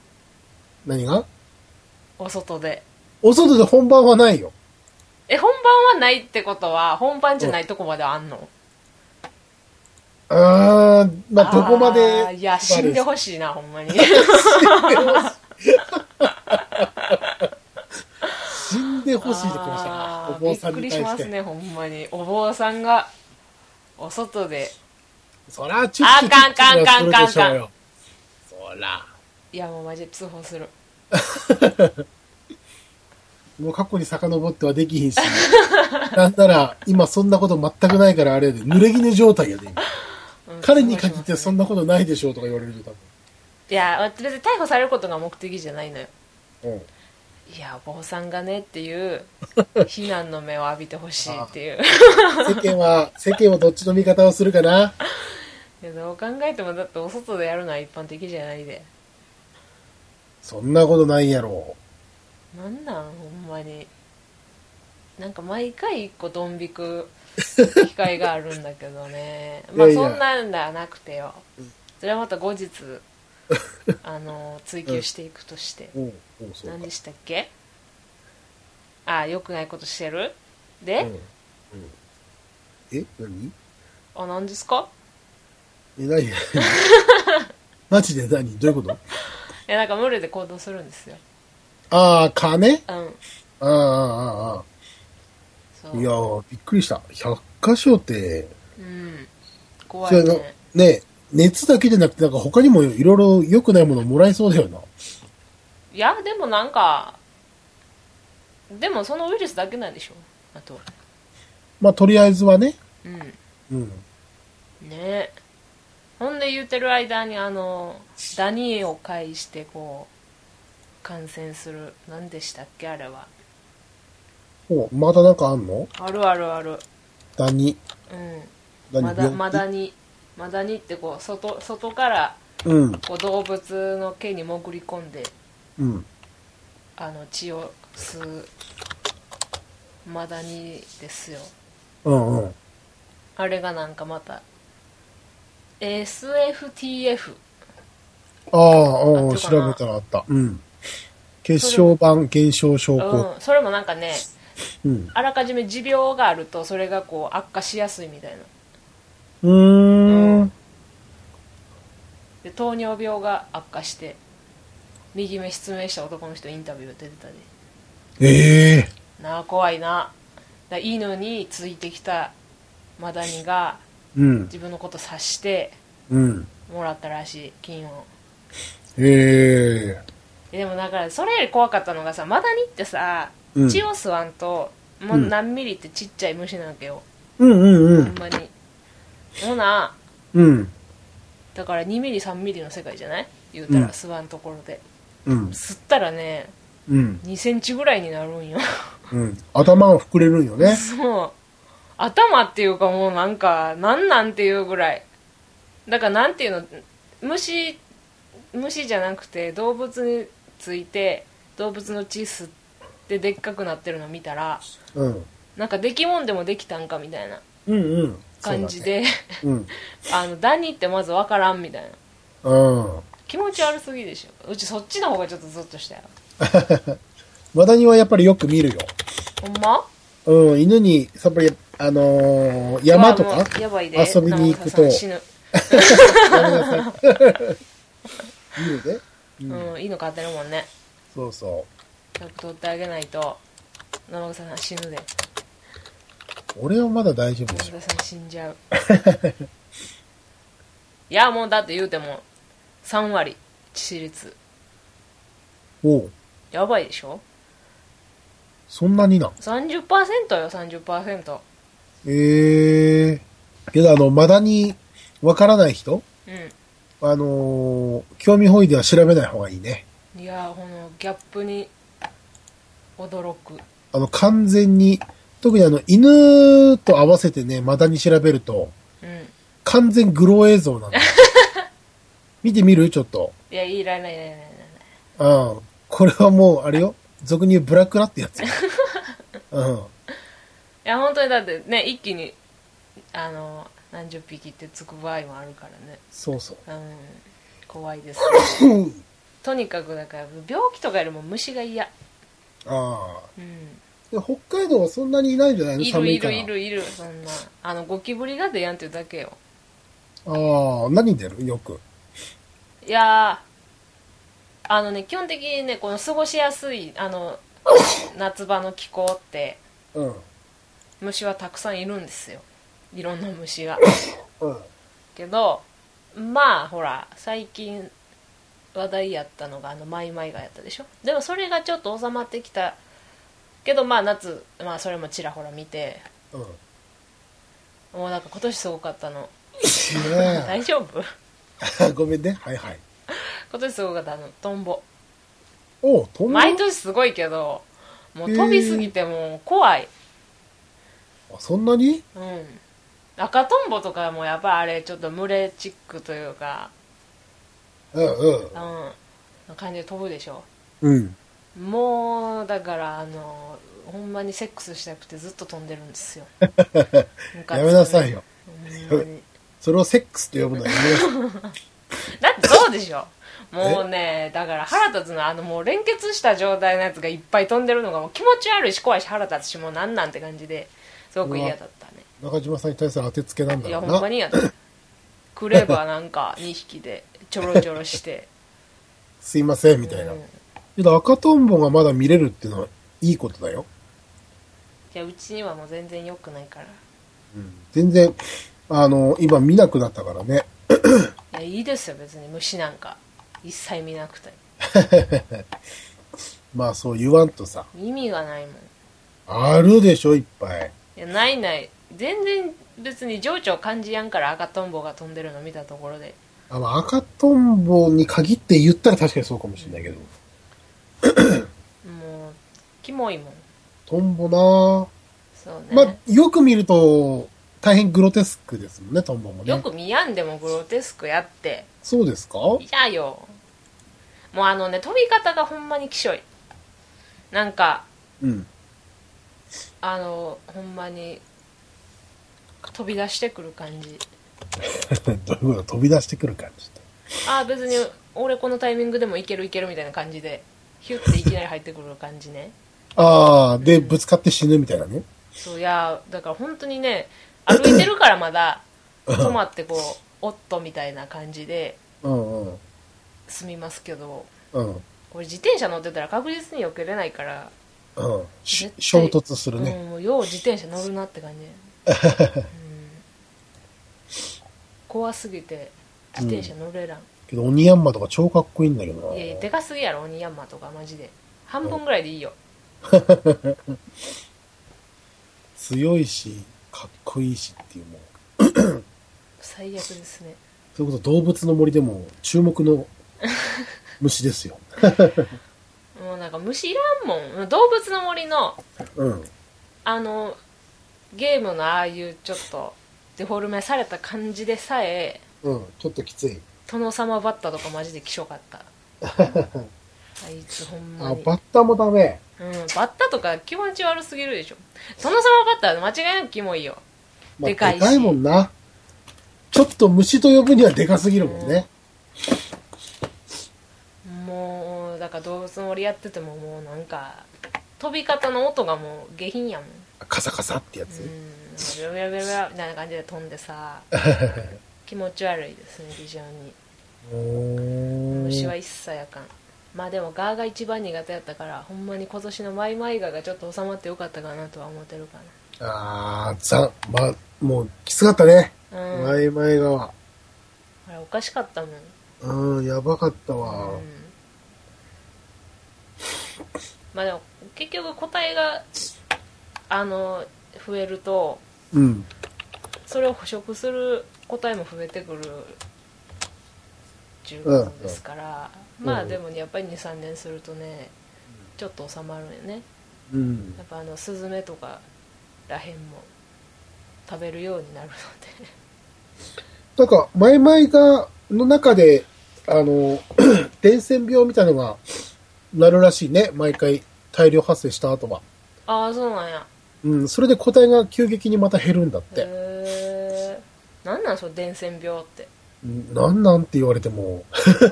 [SPEAKER 2] 何が
[SPEAKER 3] お外で
[SPEAKER 2] お外で本番はないよ。
[SPEAKER 3] え本番はないってことは本番じゃないとこまではあんの
[SPEAKER 2] あー、まあ、どこま
[SPEAKER 3] あー
[SPEAKER 2] で。
[SPEAKER 3] いや死ん
[SPEAKER 2] し
[SPEAKER 3] でほしいなほんまに
[SPEAKER 2] い。死んでほしいってきましたな
[SPEAKER 3] あー
[SPEAKER 2] お坊さん
[SPEAKER 3] [laughs] び
[SPEAKER 2] に
[SPEAKER 3] っくりし
[SPEAKER 2] 対
[SPEAKER 3] ま
[SPEAKER 2] して。
[SPEAKER 3] すねほんまにお坊さんがお外で
[SPEAKER 2] そら、チュッチュチュッチュはするでし
[SPEAKER 3] あかんかんかん
[SPEAKER 2] ょ
[SPEAKER 3] か
[SPEAKER 2] うんよ。そら。
[SPEAKER 3] いやもうマジで通報する
[SPEAKER 2] もう過去に遡ってはできひんし。 [laughs] なんなら、今そんなこと全くないからあれやで、濡れ衣状態やで、今彼に限ってそん
[SPEAKER 3] な
[SPEAKER 2] なことないでしょうとか言われると多
[SPEAKER 3] いや別に逮捕されることが目的じゃないのよ
[SPEAKER 2] 分。うん。
[SPEAKER 3] いやお坊さんがねっていう
[SPEAKER 2] [laughs]
[SPEAKER 3] 非難の目を浴びてほしいっていう
[SPEAKER 2] 世間は、 [laughs] 世間はどっちの味方をするかな。
[SPEAKER 3] いやどう考えてもだってお外でやるのは一般的じゃないで
[SPEAKER 2] そんなことないやろ
[SPEAKER 3] なんなんほんまになんか毎回一個ドン引
[SPEAKER 2] [laughs]
[SPEAKER 3] く機会があるんだけどねまあ
[SPEAKER 2] いやいや
[SPEAKER 3] そんなんではなくてよそれはまた
[SPEAKER 2] [laughs]
[SPEAKER 3] 後日あの追求していくとして、
[SPEAKER 2] う。おう、おう、そうか
[SPEAKER 3] 何でしたっけああよくないことしてるで、
[SPEAKER 2] うんうんえ何
[SPEAKER 3] あ何ですか
[SPEAKER 2] え、何 [laughs] マジで何どういうこと
[SPEAKER 3] いやなんか群れで行動するんですよ
[SPEAKER 2] ああ、金
[SPEAKER 3] うん
[SPEAKER 2] ああ、ああ、あ
[SPEAKER 3] そ
[SPEAKER 2] あ。
[SPEAKER 3] う
[SPEAKER 2] いやー、びっくりした。100箇所って、
[SPEAKER 3] うん怖
[SPEAKER 2] それ
[SPEAKER 3] い
[SPEAKER 2] の
[SPEAKER 3] ね
[SPEAKER 2] ね、熱だけじゃなくて、なんか他にもいろいろ良くないものもらえそうだよな。
[SPEAKER 3] いやでもなんかでもそのウイルスだけなんでしょあと
[SPEAKER 2] まあ、とりあえずはね。
[SPEAKER 3] うんね
[SPEAKER 2] うん。
[SPEAKER 3] えほんで言ってる間にあのダニを介してこう感染する何でしたっけあれは
[SPEAKER 2] おまだなんかあんの
[SPEAKER 3] あるあるある
[SPEAKER 2] ダニ。
[SPEAKER 3] う
[SPEAKER 2] ダ
[SPEAKER 3] ん
[SPEAKER 2] ニ
[SPEAKER 3] まだ
[SPEAKER 2] 病気
[SPEAKER 3] まだにまだにってこう外外から
[SPEAKER 2] うん。
[SPEAKER 3] こう動物の毛に潜り込んで
[SPEAKER 2] うん。
[SPEAKER 3] あの血を吸うマダニですよ
[SPEAKER 2] うんうん。
[SPEAKER 3] あれがなんかまた SFTF
[SPEAKER 2] ああ、うん
[SPEAKER 3] あ
[SPEAKER 2] う
[SPEAKER 3] っ
[SPEAKER 2] ん、
[SPEAKER 3] たかな
[SPEAKER 2] 調べたらあった。うん。結晶板減少症候
[SPEAKER 3] うんそれもなんかね
[SPEAKER 2] 群。
[SPEAKER 3] あらかじめ持病があるとそれがこう悪化しやすいみたいな
[SPEAKER 2] うん。うーん。
[SPEAKER 3] で糖尿病が悪化して右目失明した男の人インタビュー出てたで
[SPEAKER 2] ええ
[SPEAKER 3] なあ怖いなだ犬についてきたマダニが
[SPEAKER 2] うん。
[SPEAKER 3] 自分のこと刺して
[SPEAKER 2] うん。
[SPEAKER 3] もらったらしい金を
[SPEAKER 2] ええ
[SPEAKER 3] えでもだからそれより怖かったのがさマダニってさ
[SPEAKER 2] うん
[SPEAKER 3] 血を吸わんと、もう何ミリってちっちゃい虫なわけよ、
[SPEAKER 2] うんうんう
[SPEAKER 3] ほん
[SPEAKER 2] ん。
[SPEAKER 3] まにほな
[SPEAKER 2] うん。
[SPEAKER 3] だから2ミリ3ミリの世界じゃない言うた
[SPEAKER 2] うん
[SPEAKER 3] ら吸わんところで、
[SPEAKER 2] うん。
[SPEAKER 3] 吸ったらね
[SPEAKER 2] うん。
[SPEAKER 3] 2センチぐらいになるんよ [laughs]
[SPEAKER 2] うん。頭が膨れるんよね。
[SPEAKER 3] そう頭っていうかもうなんかなんなんていうぐらいだからなんていうの虫虫じゃなくて動物について動物の血吸ってでっかくなってるの見たら
[SPEAKER 2] うん。
[SPEAKER 3] なんかできもんでもできたんかみたいな
[SPEAKER 2] うんうん。
[SPEAKER 3] 感じで、
[SPEAKER 2] そうだね。
[SPEAKER 3] [laughs] あのダニってまず分からんみたいな
[SPEAKER 2] うん。うん。
[SPEAKER 3] 気持ち悪すぎでしょうちそっちの方がちょっとゾッとしたよ
[SPEAKER 2] マダニはやっぱりよく見るよ。
[SPEAKER 3] ほんま
[SPEAKER 2] うん。犬に、やっぱり、あのー山と
[SPEAKER 3] うわ
[SPEAKER 2] か
[SPEAKER 3] もうやばいで
[SPEAKER 2] 遊びに行くと
[SPEAKER 3] 生臭さん死ぬ、
[SPEAKER 2] 見るで。
[SPEAKER 3] うんいいの買ってるもんね
[SPEAKER 2] そうそ
[SPEAKER 3] ちゃんと取ってあげないと生臭さん死ぬで
[SPEAKER 2] う。俺はまだ大丈夫で
[SPEAKER 3] 生
[SPEAKER 2] しょ。
[SPEAKER 3] 臭さん死んじ [laughs] ゃういやもうだって言うても3割致死率
[SPEAKER 2] おう。
[SPEAKER 3] やばいでしょ
[SPEAKER 2] そんなにな。
[SPEAKER 3] 30%よ30%
[SPEAKER 2] ええけどあの、マダニ、わからない人
[SPEAKER 3] う
[SPEAKER 2] あのー興味本位では調べない方がいいね。
[SPEAKER 3] んいやこのギャップに驚く
[SPEAKER 2] あの、完全に、特にあの、犬と合わせてね、マダニ調べると、
[SPEAKER 3] うん
[SPEAKER 2] 完全グロー映像なんだ
[SPEAKER 3] [laughs]
[SPEAKER 2] よ見てみるちょっと。
[SPEAKER 3] いや、いらない、いらない、いらない。
[SPEAKER 2] うん。これはもう、あれよ。俗に言うブラックラってや
[SPEAKER 3] [laughs]
[SPEAKER 2] つよ。うん。
[SPEAKER 3] いや、本当にだってね、一気に、あの、何十匹ってつく場合もあるから
[SPEAKER 2] そうそう。
[SPEAKER 3] ね。うん。怖いです。とにかく、だから、病気とかよりも虫が嫌。
[SPEAKER 2] ああ。
[SPEAKER 3] うん。
[SPEAKER 2] で北海道はそんなにいないんじゃないの
[SPEAKER 3] い
[SPEAKER 2] 寒
[SPEAKER 3] る
[SPEAKER 2] い
[SPEAKER 3] い
[SPEAKER 2] から。
[SPEAKER 3] るいるいる、そんな。あの、ゴキブリが出やんっていうだけよ。
[SPEAKER 2] ああ、何出るよく。
[SPEAKER 3] いやー、あのね、基本的にね、この過ごしやすい、あの、夏場の気候って、
[SPEAKER 2] うん。
[SPEAKER 3] 虫はたくさんいるんですよ。いろんな虫が。
[SPEAKER 2] うん。
[SPEAKER 3] けどまあほら最近話題やったのがあのマイマイがやったでしょでもそれがちょっと収まってきたけどまあ夏、まあ、それもちらほら見て
[SPEAKER 2] うん。
[SPEAKER 3] もうなんか今年すごかったの
[SPEAKER 2] ね
[SPEAKER 3] 大丈夫 [laughs]
[SPEAKER 2] え。ごめんね。はいはい。
[SPEAKER 3] 今年すごかったあのトンボ
[SPEAKER 2] おう、トンボ
[SPEAKER 3] 毎年すごいけどもう飛びすぎてもう怖い
[SPEAKER 2] あそんなに
[SPEAKER 3] うん赤トンボとかもやっぱあれちょっと群れチックというか
[SPEAKER 2] うんうん
[SPEAKER 3] うん。な感じで飛ぶでしょ
[SPEAKER 2] うん。
[SPEAKER 3] もうだからあのほんまにセックスしたくてずっと飛んでるんで
[SPEAKER 2] [laughs]
[SPEAKER 3] すよ
[SPEAKER 2] やめなさいよ。
[SPEAKER 3] ほんまに
[SPEAKER 2] それをセックスと呼ぶのはやめ
[SPEAKER 3] [laughs]
[SPEAKER 2] なさい。
[SPEAKER 3] だってそう
[SPEAKER 2] [laughs]
[SPEAKER 3] でしょもうねだから腹立つのはあのもう連結した状態のやつがいっぱい飛んでるのがもう気持ち悪いし怖いし腹立つしもうなんなんって感じですごく嫌だったね
[SPEAKER 2] 中島さんに対する当てつけなんだ
[SPEAKER 3] い
[SPEAKER 2] ろ
[SPEAKER 3] や
[SPEAKER 2] う
[SPEAKER 3] ほんま
[SPEAKER 2] な。
[SPEAKER 3] にやだクレバーなんか2匹でちょろちょろして、
[SPEAKER 2] すいません、みたいな。
[SPEAKER 3] うん
[SPEAKER 2] けど赤トンボがまだ見れるっていうのはいいことだよ。
[SPEAKER 3] いやうちにはもう全然良くないから
[SPEAKER 2] 全然、あの、今見なくなったからね。
[SPEAKER 3] いやいいですよ別に虫なんか一切見なくて
[SPEAKER 2] まあそう言わんとさ。
[SPEAKER 3] 意味がないもんい
[SPEAKER 2] あるでしょ、いっぱい。
[SPEAKER 3] やないない全然別に情緒を感じやんから赤とんぼが飛んでるの見たところで
[SPEAKER 2] あまあ赤とんぼに限って言ったら確かにそうかもしれないけど。
[SPEAKER 3] もうキモいもん
[SPEAKER 2] トンボな
[SPEAKER 3] そうね、
[SPEAKER 2] まあ、よく見ると、大変グロテスクですもんね、トンボもね。
[SPEAKER 3] よく見やんでもグロテスクやって
[SPEAKER 2] そうですか
[SPEAKER 3] 嫌よもうあのね飛び方がほんまにきしょいなんか
[SPEAKER 2] うん。
[SPEAKER 3] あのほんまに飛び出してくる感じ
[SPEAKER 2] どういうこと飛び出してくる感じって。
[SPEAKER 3] ああ別に俺このタイミングでもいけるいけるみたいな感じでヒュッていきなり入ってくる感じね
[SPEAKER 2] ああ、で、ぶつかって死ぬみたいなね。
[SPEAKER 3] そういやーだから本当にね歩いてるからまだ止まってこうおっとみたいな感じで
[SPEAKER 2] うんうん。
[SPEAKER 3] 済みますけど
[SPEAKER 2] うん。
[SPEAKER 3] これ自転車乗ってたら確実に避けれないから、
[SPEAKER 2] うん。し
[SPEAKER 3] 絶対
[SPEAKER 2] 衝突するね。
[SPEAKER 3] うん、もうよう自転車乗るなって感じ、うん怖すぎて自転車乗れらん、
[SPEAKER 2] けど、鬼ヤンマとか超かっこいいんだけどな。
[SPEAKER 3] いやいやでかすぎやろ鬼山とかマジで半分ぐらいでいいよ、
[SPEAKER 2] 強いし、かっこいいしっていうもう。
[SPEAKER 3] 最悪ですね
[SPEAKER 2] それこそ動物の森でも注目
[SPEAKER 3] [laughs]
[SPEAKER 2] の虫ですよ。
[SPEAKER 3] もうなんか虫いらんもん動物の森の
[SPEAKER 2] うん。
[SPEAKER 3] あのゲームのああいうちょっとデフォルメされた感じでさえ
[SPEAKER 2] うん。ちょっときつい。
[SPEAKER 3] 殿様バッタとかマジで希少かった
[SPEAKER 2] [laughs]
[SPEAKER 3] あいつほんま
[SPEAKER 2] あ
[SPEAKER 3] に、
[SPEAKER 2] バッタもダメ。
[SPEAKER 3] うん、バッタとか気持ち悪すぎるでしょ殿様バッタは間違いなくキモいよ
[SPEAKER 2] まあ
[SPEAKER 3] でかいし
[SPEAKER 2] でかいもんな。ちょっと虫と呼ぶにはでかすぎるもんね。
[SPEAKER 3] もうだから動物の森やっててももうなんか飛び方の音がもう下品やもん
[SPEAKER 2] カサカサってや
[SPEAKER 3] う
[SPEAKER 2] つ。
[SPEAKER 3] んビャビャビャビャみたいな感じで飛んでさ
[SPEAKER 2] [laughs]
[SPEAKER 3] 気持ち悪いですね非常に
[SPEAKER 2] うーん
[SPEAKER 3] 虫は一切あかんまあでもガーが一番苦手やったからほんまに今年のマイマイガーがちょっと収まってよかったかなとは思ってるか
[SPEAKER 2] あー、ざ、まあ、もうきつかったね。
[SPEAKER 3] なうんあ
[SPEAKER 2] 前々側。
[SPEAKER 3] れおかしかったもん
[SPEAKER 2] うん、やばかった
[SPEAKER 3] う
[SPEAKER 2] わ
[SPEAKER 3] ん。まあでも結局個体があの増えると
[SPEAKER 2] うん。
[SPEAKER 3] それを捕食する個体も増えてくるっていう
[SPEAKER 2] うん
[SPEAKER 3] こ
[SPEAKER 2] うん
[SPEAKER 3] とですから、
[SPEAKER 2] うん
[SPEAKER 3] まあでもやっぱり23年するとねちょっと収まるよね
[SPEAKER 2] うん。
[SPEAKER 3] やっぱあのスズメとからへんも食べるようになるので
[SPEAKER 2] なんか、前々が、の中で、あの、 [clears throat] 伝染病みたいのが、なるらしいね。毎回、大量発生した後は。
[SPEAKER 3] ああそうなんや
[SPEAKER 2] うん、それで個体が急激にまた減るんだっ
[SPEAKER 3] へ
[SPEAKER 2] て。
[SPEAKER 3] えなんなんその伝染病って
[SPEAKER 2] うん、なんなんて言われても、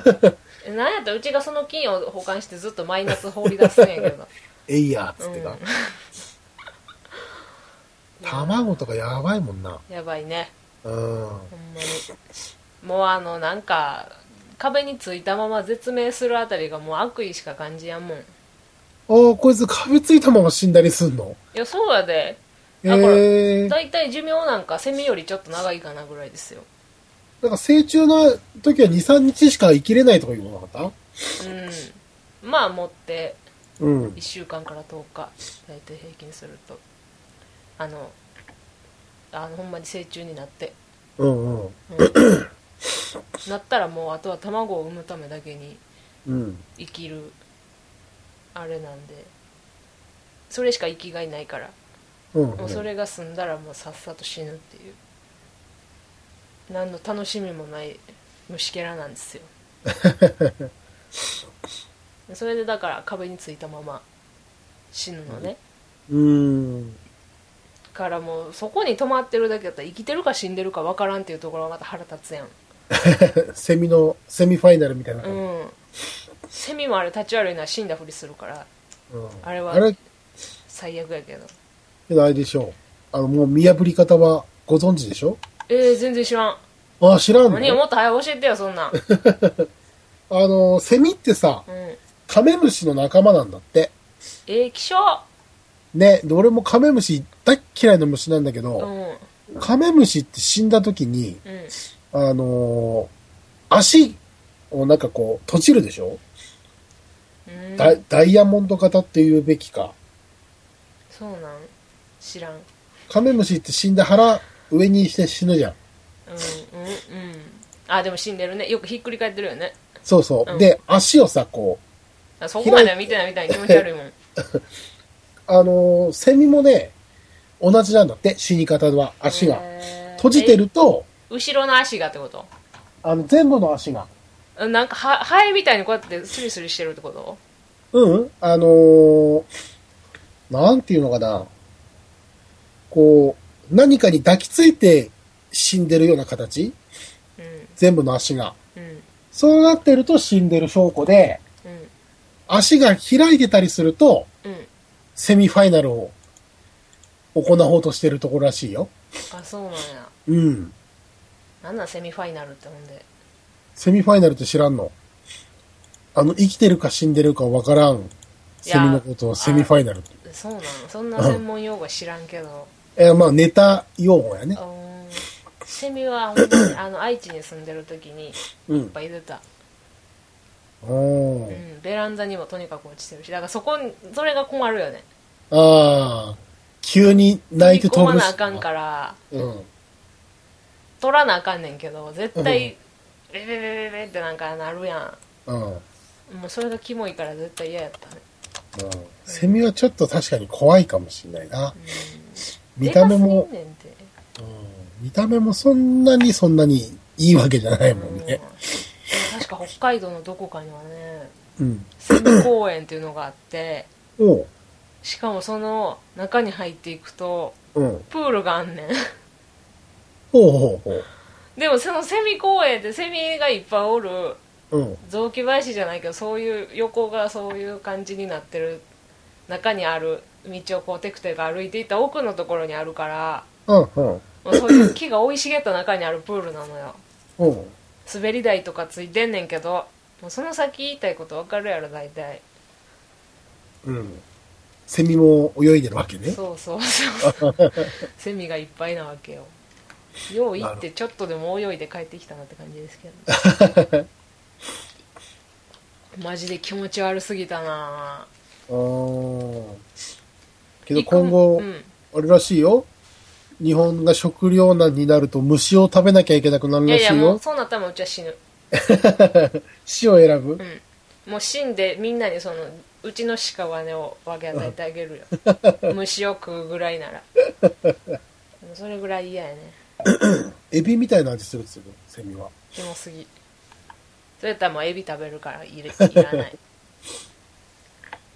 [SPEAKER 2] [laughs]
[SPEAKER 3] えなんやったらうちがその菌を保管してずっとマイナス放り出すんやけど
[SPEAKER 2] えいや、つってな。
[SPEAKER 3] うん
[SPEAKER 2] 卵とかやばいもんな。
[SPEAKER 3] やばいね
[SPEAKER 2] うん。
[SPEAKER 3] ほんまにもうあのなんか壁についたまま絶命するあたりがもう悪意しか感じやんもんい
[SPEAKER 2] ああ、こいつカビついたまま死んだりすんの
[SPEAKER 3] やそうやでだから
[SPEAKER 2] ええー。
[SPEAKER 3] だいたい寿命なんかセミよりちょっと長いかなぐらいですよ
[SPEAKER 2] なんか成虫の時は2、3日しか生きれないとか言わなかっ
[SPEAKER 3] うんまあ持って
[SPEAKER 2] たうん
[SPEAKER 3] 1。週間から10日大体平均するとあのあのほんまに成虫になって、
[SPEAKER 2] うんうん。
[SPEAKER 3] うんなったらもうあとは卵を産むためだけに
[SPEAKER 2] うん。
[SPEAKER 3] 生きるあれなんでそれしか生きがいないから
[SPEAKER 2] うん、う
[SPEAKER 3] も
[SPEAKER 2] ん。
[SPEAKER 3] うそれが済んだらもうさっさと死ぬっていう何の楽しみもない虫けらなんで
[SPEAKER 2] [laughs]
[SPEAKER 3] すよそれでだから壁についたまま死ぬのね、
[SPEAKER 2] うーん。
[SPEAKER 3] からもうそこに止まってるだけだったら生きてるか死んでるか分からんっていうところがまた腹立つやん
[SPEAKER 2] セミの、セミファイナルみたいな
[SPEAKER 3] う
[SPEAKER 2] 感じ。
[SPEAKER 3] んセミもあれ立ち悪いのは死んだふりするから
[SPEAKER 2] うん
[SPEAKER 3] あれは
[SPEAKER 2] あれ、
[SPEAKER 3] 最悪やけど
[SPEAKER 2] けどあれでしょう。あの、もう見破り方はご存知でしょ
[SPEAKER 3] えー、全然知らん
[SPEAKER 2] ああ、知らん
[SPEAKER 3] 何よも
[SPEAKER 2] の
[SPEAKER 3] っと早く教えてよそんなん、うん、
[SPEAKER 2] あの、セミってさ、
[SPEAKER 3] え
[SPEAKER 2] カメムシの仲間なんだって。
[SPEAKER 3] ー、気象
[SPEAKER 2] ね、で俺もカメムシ大っ嫌いな虫なんだけ
[SPEAKER 3] う
[SPEAKER 2] ど、
[SPEAKER 3] ん
[SPEAKER 2] カメムシって死んだ時に、
[SPEAKER 3] うん
[SPEAKER 2] あのー足をなんかこう、閉じるでしょ、
[SPEAKER 3] うん
[SPEAKER 2] ダイダイヤモンド型っていうべきか。
[SPEAKER 3] そうなん知らんうん
[SPEAKER 2] カメムシって死んで腹上にして死ぬじゃん。
[SPEAKER 3] うんうんあでも死んでるねよくひっくり返ってるよね
[SPEAKER 2] そうそう。
[SPEAKER 3] うん
[SPEAKER 2] で、足をさ、こう、
[SPEAKER 3] あそこまでは見てないみたいに気持ち悪いもん
[SPEAKER 2] あのーセミもね、同じなんだって、死に方は、 [laughs] 足が。
[SPEAKER 3] へー
[SPEAKER 2] 閉じてると、
[SPEAKER 3] え後ろの足がってこと
[SPEAKER 2] あの、全部の足が、
[SPEAKER 3] うんなんかはハエみたいにこうやってスリスリしてるってこと
[SPEAKER 2] うん、あのーなんていうのかな、こう、何かに抱きついて死んでるような形
[SPEAKER 3] うん
[SPEAKER 2] 全部の足が。
[SPEAKER 3] うん
[SPEAKER 2] そうなってると死んでる証拠で、
[SPEAKER 3] うん
[SPEAKER 2] 足が開いてたりすると、
[SPEAKER 3] うん
[SPEAKER 2] セミファイナルを行おうとしてるところらしいよ。
[SPEAKER 3] あそうなんや
[SPEAKER 2] うん。
[SPEAKER 3] なんなんセミファイナルってほんで
[SPEAKER 2] セミファイナルって知らんのあの、生きてるか死んでるかわからんセミのことをセミファイナルって。
[SPEAKER 3] そうなんそんな専門用語知らんけど
[SPEAKER 2] えーまあ、ネタ用語やね
[SPEAKER 3] う。ーんセミはほんまにあの愛知に住んでる時にいっ
[SPEAKER 2] うん。
[SPEAKER 3] ぱい出た、
[SPEAKER 2] お
[SPEAKER 3] う
[SPEAKER 2] ー
[SPEAKER 3] ん、ベランダにもとにかく落ちてるしだからそこにそれが困るよね
[SPEAKER 2] ああ、急に泣いて飛
[SPEAKER 3] 取り込ま
[SPEAKER 2] ぶ
[SPEAKER 3] なあかんから
[SPEAKER 2] うん。
[SPEAKER 3] 取らなあかんねんけど絶対レレレレレってなんかなるや
[SPEAKER 2] うん。うん。
[SPEAKER 3] んもうそれがキモいから絶対嫌やったね、
[SPEAKER 2] セミはちょっと確かに怖いかもしれないな。
[SPEAKER 3] うん、
[SPEAKER 2] 見た目も
[SPEAKER 3] でかすぎんねんて
[SPEAKER 2] うん見た目もそんなにそんなにいいわけじゃないもん
[SPEAKER 3] うんで
[SPEAKER 2] ね
[SPEAKER 3] も。確か北海道のどこかにはね
[SPEAKER 2] うん。
[SPEAKER 3] セミ公園っていうのがあって
[SPEAKER 2] おう。
[SPEAKER 3] しかもその中に入っていくと
[SPEAKER 2] うん。
[SPEAKER 3] プールがあんねん
[SPEAKER 2] ほうほうほ
[SPEAKER 3] でもそのセミ公園ってセミがいっぱいおる
[SPEAKER 2] う。うん。
[SPEAKER 3] 雑木林じゃないけどそういう横がそういう感じになってる中にある道をこうテクテク歩いていった奥のところにあるから
[SPEAKER 2] うん、うん。
[SPEAKER 3] もうそういう木が生い茂った中にあるプールなのよ
[SPEAKER 2] うん。
[SPEAKER 3] 滑り台とかついてんねんけどもうその先言いたいことわかるやろ大体
[SPEAKER 2] うん。セミも泳いでるわけね。
[SPEAKER 3] そうそうそうセミがいっぱいなわけ
[SPEAKER 2] [laughs]
[SPEAKER 3] よよう行ってちょっとでも泳いで帰ってきたなって感じですけど
[SPEAKER 2] [laughs]
[SPEAKER 3] マジで気持ち悪すぎたな
[SPEAKER 2] あーけ
[SPEAKER 3] け
[SPEAKER 2] ど今後
[SPEAKER 3] う、ん、
[SPEAKER 2] あれらしいよ。日本が食糧難になると虫を食べなきゃいけなくなる
[SPEAKER 3] い
[SPEAKER 2] ら
[SPEAKER 3] や
[SPEAKER 2] しい
[SPEAKER 3] いやもう
[SPEAKER 2] よ。
[SPEAKER 3] そうなったらもううちは死ぬ
[SPEAKER 2] 死を選ぶ。
[SPEAKER 3] もう死んでみんなにそのうちの屍を分け与えてあげる
[SPEAKER 2] [laughs]
[SPEAKER 3] よ虫を食うぐらいならもうそれぐらい嫌やね
[SPEAKER 2] エビみたいな味するっつうの、セミは。
[SPEAKER 3] キモすぎそれやったらもうエビ食べるからいれいらない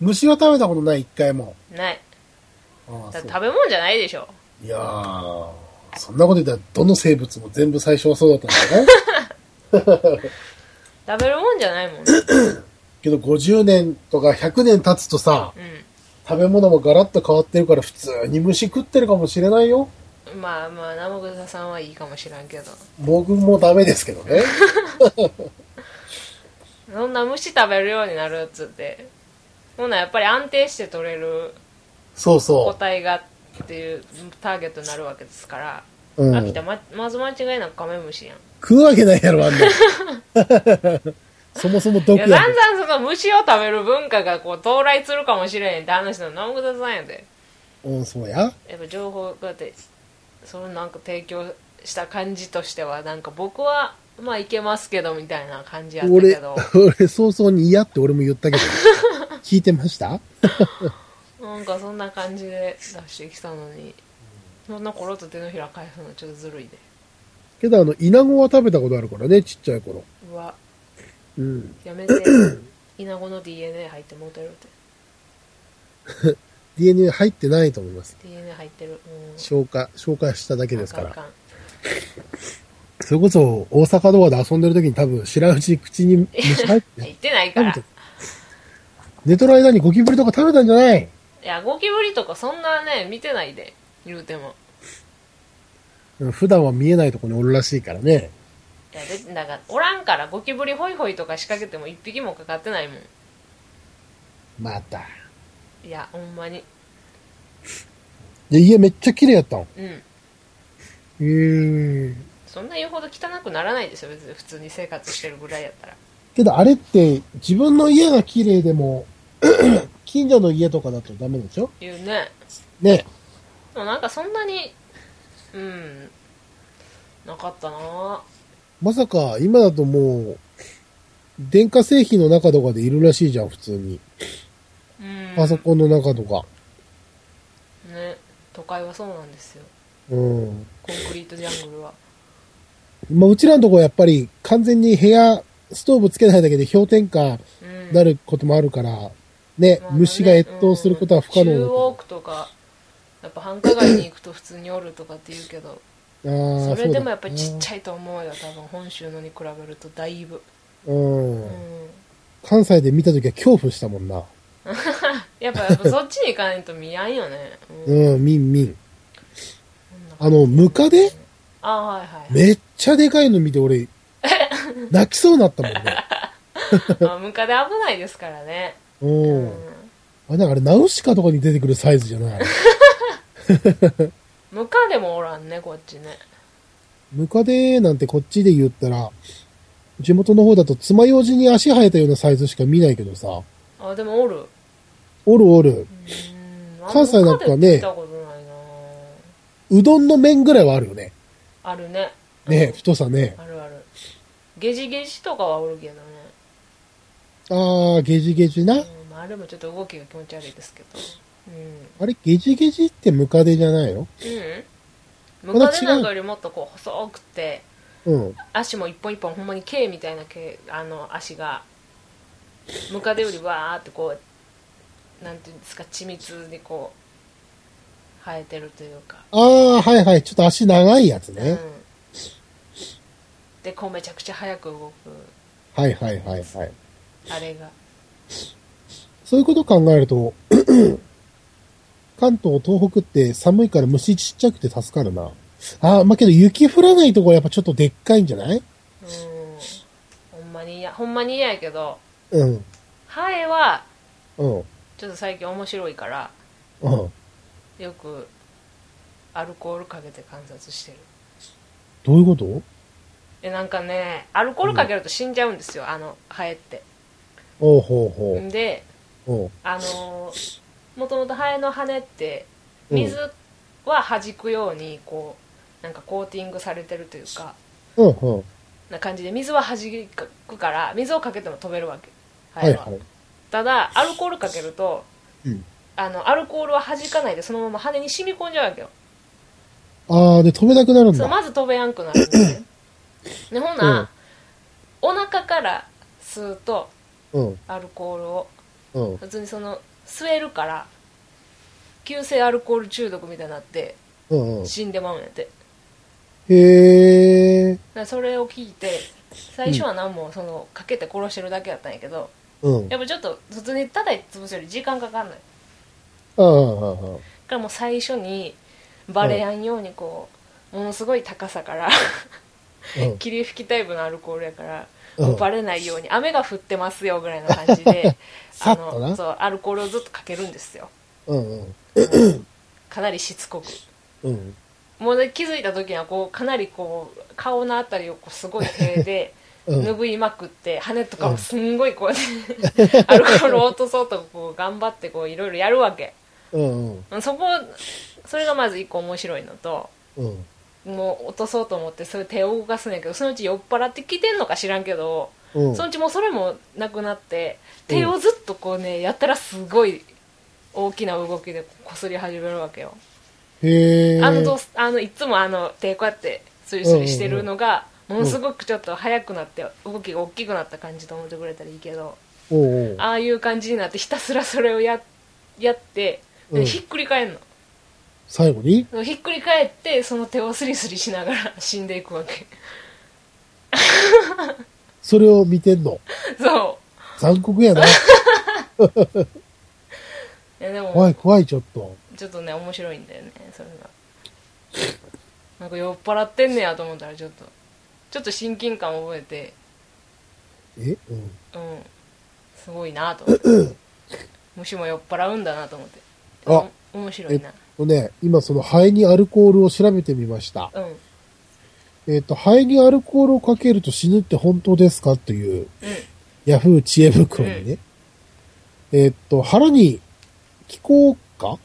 [SPEAKER 2] 虫は食べたことない、一回も。
[SPEAKER 3] ない
[SPEAKER 2] [laughs] ああ
[SPEAKER 3] だっ
[SPEAKER 2] そ
[SPEAKER 3] て
[SPEAKER 2] う
[SPEAKER 3] 食べ物じゃないでしょ
[SPEAKER 2] いやー、そんなこと言ったら、どの生物も全部最初はそうだったんだよね。
[SPEAKER 3] [laughs] 食べるもんじゃないもんね [coughs]
[SPEAKER 2] けど50年とか100年経つとさ、
[SPEAKER 3] う
[SPEAKER 2] 食べ物もガラッと変わってるから普通に虫食ってるかもしれないよ。
[SPEAKER 3] んまあまあ生臭さんはいいかもしらんけど
[SPEAKER 2] 僕もダメですけど
[SPEAKER 3] [laughs]
[SPEAKER 2] ね。
[SPEAKER 3] そんな虫食べるようになるっつってほなやっぱり安定して取れる
[SPEAKER 2] そう
[SPEAKER 3] 個
[SPEAKER 2] そ
[SPEAKER 3] 体がっていうターゲットになるわけですから
[SPEAKER 2] う。う
[SPEAKER 3] 秋
[SPEAKER 2] ん
[SPEAKER 3] 田。ままず間違いなくカメムシやん
[SPEAKER 2] 食うわけないや
[SPEAKER 3] [laughs]
[SPEAKER 2] ろ、あんな。そもそも毒
[SPEAKER 3] いや
[SPEAKER 2] や
[SPEAKER 3] だん
[SPEAKER 2] で。
[SPEAKER 3] だんその虫を食べる文化がこう到来するかもしれへんって話の生臭さんやで
[SPEAKER 2] うん、そうや。
[SPEAKER 3] やっぱ情報がてそのなんか提供した感じとしてはなんか僕はまあいけますけどみたいな感じやったけ
[SPEAKER 2] 俺
[SPEAKER 3] ど、
[SPEAKER 2] 俺、早々に嫌って俺も言ったけど。聞いてました
[SPEAKER 3] なんかそんな感じで出してきたのにそんなコロッと手のひら返すのちょっとずるいで
[SPEAKER 2] けど、あの、イナゴは食べたことあるからね、ちっちゃい頃。
[SPEAKER 3] うわ
[SPEAKER 2] うん。[clears throat]
[SPEAKER 3] やめてイナゴの DNA 入ってもうてるって
[SPEAKER 2] DNA 入ってないと思います。
[SPEAKER 3] DNA 入ってるうん
[SPEAKER 2] 消化、消化しただけですか
[SPEAKER 3] あ
[SPEAKER 2] ら。
[SPEAKER 3] んあん
[SPEAKER 2] それこそ、大阪ドアで遊んでる時に多分、知らんうちに口に虫入っ
[SPEAKER 3] 入
[SPEAKER 2] て
[SPEAKER 3] っ、てないから
[SPEAKER 2] 食べ寝とる間にゴキブリとか食べたんじゃない
[SPEAKER 3] いやゴキブリとかそんなね見てないで言うても
[SPEAKER 2] うん普段は見えないとこにおるらしいからね。
[SPEAKER 3] いやでなんかおらんからゴキブリホイホイとか仕掛けても一匹もかかってないもん
[SPEAKER 2] また。
[SPEAKER 3] いやほんまに
[SPEAKER 2] で、家めっちゃ綺麗やったの。
[SPEAKER 3] うん
[SPEAKER 2] ええ
[SPEAKER 3] そんな言うほど汚くならないでしょ別に普通に生活してるぐらいやったら
[SPEAKER 2] けどあれって、自分の家が綺麗でも、 [clears throat] 近所の家とかだとダメでしょ
[SPEAKER 3] 言うね
[SPEAKER 2] ね
[SPEAKER 3] でもなんかそんなにうんなかったな
[SPEAKER 2] まさか、今だともう、電化製品の中とかでいるらしいじゃん、普通に。
[SPEAKER 3] うん
[SPEAKER 2] パソコンの中とか。
[SPEAKER 3] ね都会はそうなんですよ
[SPEAKER 2] うん。
[SPEAKER 3] コンクリートジャングルは
[SPEAKER 2] まあ、うちらのとこやっぱり完全に部屋、ストーブつけないだけで氷点下
[SPEAKER 3] うん
[SPEAKER 2] なることもあるから、ね、虫が越冬することは不可
[SPEAKER 3] うん中
[SPEAKER 2] 能
[SPEAKER 3] 央区とかやっぱ繁華街に行くと普通におるとかって言うけど
[SPEAKER 2] だあ
[SPEAKER 3] そ
[SPEAKER 2] あ、
[SPEAKER 3] れでもや
[SPEAKER 2] だ
[SPEAKER 3] っぱりちっちゃいと思うよ多分本州のに比べるとだいぶ
[SPEAKER 2] う。
[SPEAKER 3] うんん
[SPEAKER 2] 関西で見たときは恐怖したもんな。
[SPEAKER 3] やっぱやっぱそっちに行かないと見やんよねうん
[SPEAKER 2] うん、みんみん。
[SPEAKER 3] こんな
[SPEAKER 2] あの、ムカデ
[SPEAKER 3] あはいはい
[SPEAKER 2] めっちゃでかいの見て俺、泣きそうになったもんね。
[SPEAKER 3] まあ、ムカデ危ないですからね。
[SPEAKER 2] う
[SPEAKER 3] うん
[SPEAKER 2] ん。あ、なんかあれ、ナウシカとかに出てくるサイズじゃないあれ
[SPEAKER 3] ムカデもおらんね、こっちね。
[SPEAKER 2] ムカデなんてこっちで言ったら、地元の方だと爪楊枝に足生えたようなサイズしか見ないけどさ、
[SPEAKER 3] あ、でもおる。う
[SPEAKER 2] おるおる、
[SPEAKER 3] ーん
[SPEAKER 2] 関西なんかね
[SPEAKER 3] あムカデ見たことないな
[SPEAKER 2] うどんの麺ぐらいはあるよね。
[SPEAKER 3] あるね。
[SPEAKER 2] ね太さね。
[SPEAKER 3] あるある。ゲジゲジとかはおるけどね。
[SPEAKER 2] あー、ゲジゲジな。
[SPEAKER 3] うん、まあ、あれもちょっと動きが気持ち悪いですけど。
[SPEAKER 2] あれ、ゲジゲジってムカデじゃないの
[SPEAKER 3] うん。うん。ムカデなんかよりもっとこう細くて、
[SPEAKER 2] うん。
[SPEAKER 3] 足も一本一本ほんまに毛みたいな毛、あの足が、ムカデよりわーってこう、なんていうんですか、緻密にこう、生えてるというか。
[SPEAKER 2] あー、はいはい。ちょっと足長いやつ
[SPEAKER 3] うん
[SPEAKER 2] ね。、
[SPEAKER 3] でこうめちゃくちゃ早く動
[SPEAKER 2] はいはいはいはい。
[SPEAKER 3] くあれが
[SPEAKER 2] そういうことを考えると、 [clears throat] 関東、東北って寒いから虫ちっちゃくて助かるな。あー、まあ、けど雪降らないとこはやっぱちょっとでっかいんじゃない
[SPEAKER 3] うんほんまに嫌ほんまに嫌やけど
[SPEAKER 2] うん。
[SPEAKER 3] ハエは
[SPEAKER 2] うん。
[SPEAKER 3] ちょっと最近面白いから
[SPEAKER 2] うん。
[SPEAKER 3] よくアルコールかけて観察してる
[SPEAKER 2] どういうこと
[SPEAKER 3] えなんかねアルコールかけると死んじゃうんですよ、あのハエって
[SPEAKER 2] おうほうほう。
[SPEAKER 3] で
[SPEAKER 2] おう
[SPEAKER 3] あのーもともとハエの羽って
[SPEAKER 2] うん
[SPEAKER 3] 水は弾くようにこうなんかコーティングされてるというか
[SPEAKER 2] うんうん。
[SPEAKER 3] な感じで水は弾くから水をかけても飛べるわけ、
[SPEAKER 2] はい
[SPEAKER 3] ハ
[SPEAKER 2] は。
[SPEAKER 3] エはいただアルコールかけると
[SPEAKER 2] うん。
[SPEAKER 3] あのアルコールは弾かないでそのまま羽に染み込んじゃうわけよ
[SPEAKER 2] あー、で飛べなくなるん
[SPEAKER 3] そ
[SPEAKER 2] だ。
[SPEAKER 3] うまず飛べやんくなるんで、ね、でほな、お腹から吸うと
[SPEAKER 2] うん。
[SPEAKER 3] アルコールを
[SPEAKER 2] うん。
[SPEAKER 3] 普通にその吸えるから急性アルコール中毒みたいになって
[SPEAKER 2] うんうん。
[SPEAKER 3] 死んでまうんやって
[SPEAKER 2] へー。
[SPEAKER 3] だからそれを聞いて最初は何もそのかけて殺してるだけだったんやけど、
[SPEAKER 2] うん。
[SPEAKER 3] やっぱちょっと普通に叩いて潰すより時間かかんない
[SPEAKER 2] ああ、ああ、
[SPEAKER 3] だからもう最初にバレやんようにこう、ものすごい高さから [laughs]
[SPEAKER 2] うん。
[SPEAKER 3] 霧吹きタイプのアルコールやから、
[SPEAKER 2] うん
[SPEAKER 3] もうバレないように雨が降ってますよぐらいの感じで
[SPEAKER 2] [laughs] さっとな
[SPEAKER 3] のそうアルコールをずっとかけるんですよ
[SPEAKER 2] うんうん。
[SPEAKER 3] かなりしつこく
[SPEAKER 2] うん。
[SPEAKER 3] もうね気づいた時にはこうかなりこう顔のあたりをこうすごい手で
[SPEAKER 2] [laughs] うん
[SPEAKER 3] 拭いまくって羽とかもすんごいこうやって [laughs] アルコールを落とそうとこう頑張ってこういろいろやるわけ
[SPEAKER 2] うんうん。
[SPEAKER 3] そこそれがまず一個面白いのと
[SPEAKER 2] うん。
[SPEAKER 3] もう落とそうと思ってそれ手を動かすんやけどそのうち酔っ払ってきてんのか知らんけど、
[SPEAKER 2] うん
[SPEAKER 3] そのうちもうそれもなくなって手をずっとこうねやったらすごい大きな動きでこすり始めるわけよ、
[SPEAKER 2] へー。
[SPEAKER 3] あのどうすあのいつもあの手こうやってスリスリしてるのが、ものすごくちょっと速くなって動きが大きくなった感じと思ってくれたらいいけど、
[SPEAKER 2] おうおう
[SPEAKER 3] ああいう感じになってひたすらそれをややって、
[SPEAKER 2] う
[SPEAKER 3] で
[SPEAKER 2] ん
[SPEAKER 3] ひっくり返るの。
[SPEAKER 2] 最後に
[SPEAKER 3] ひっくり返ってその手をスリスリしながら死んでいくわけ [laughs]
[SPEAKER 2] それを見てんの。
[SPEAKER 3] そ
[SPEAKER 2] 残酷やな。
[SPEAKER 3] ういやで
[SPEAKER 2] 怖
[SPEAKER 3] も
[SPEAKER 2] い怖い、ちょっと。
[SPEAKER 3] ちょっとね面白いんだよねそれがなんか酔っ払ってんねやと思ったらちょっとちょっと親近感を覚えて
[SPEAKER 2] えうん。
[SPEAKER 3] うんすごいなと思って虫も酔っ払うんだなと思って
[SPEAKER 2] あ
[SPEAKER 3] お面白
[SPEAKER 2] え
[SPEAKER 3] い
[SPEAKER 2] っ
[SPEAKER 3] な
[SPEAKER 2] とね、今その肺にアルコールを調べてみました。
[SPEAKER 3] うんうん
[SPEAKER 2] えっと、肺にアルコールをかけると死ぬって本当ですかという、ヤフー知恵袋にね。えっと、腹に気候か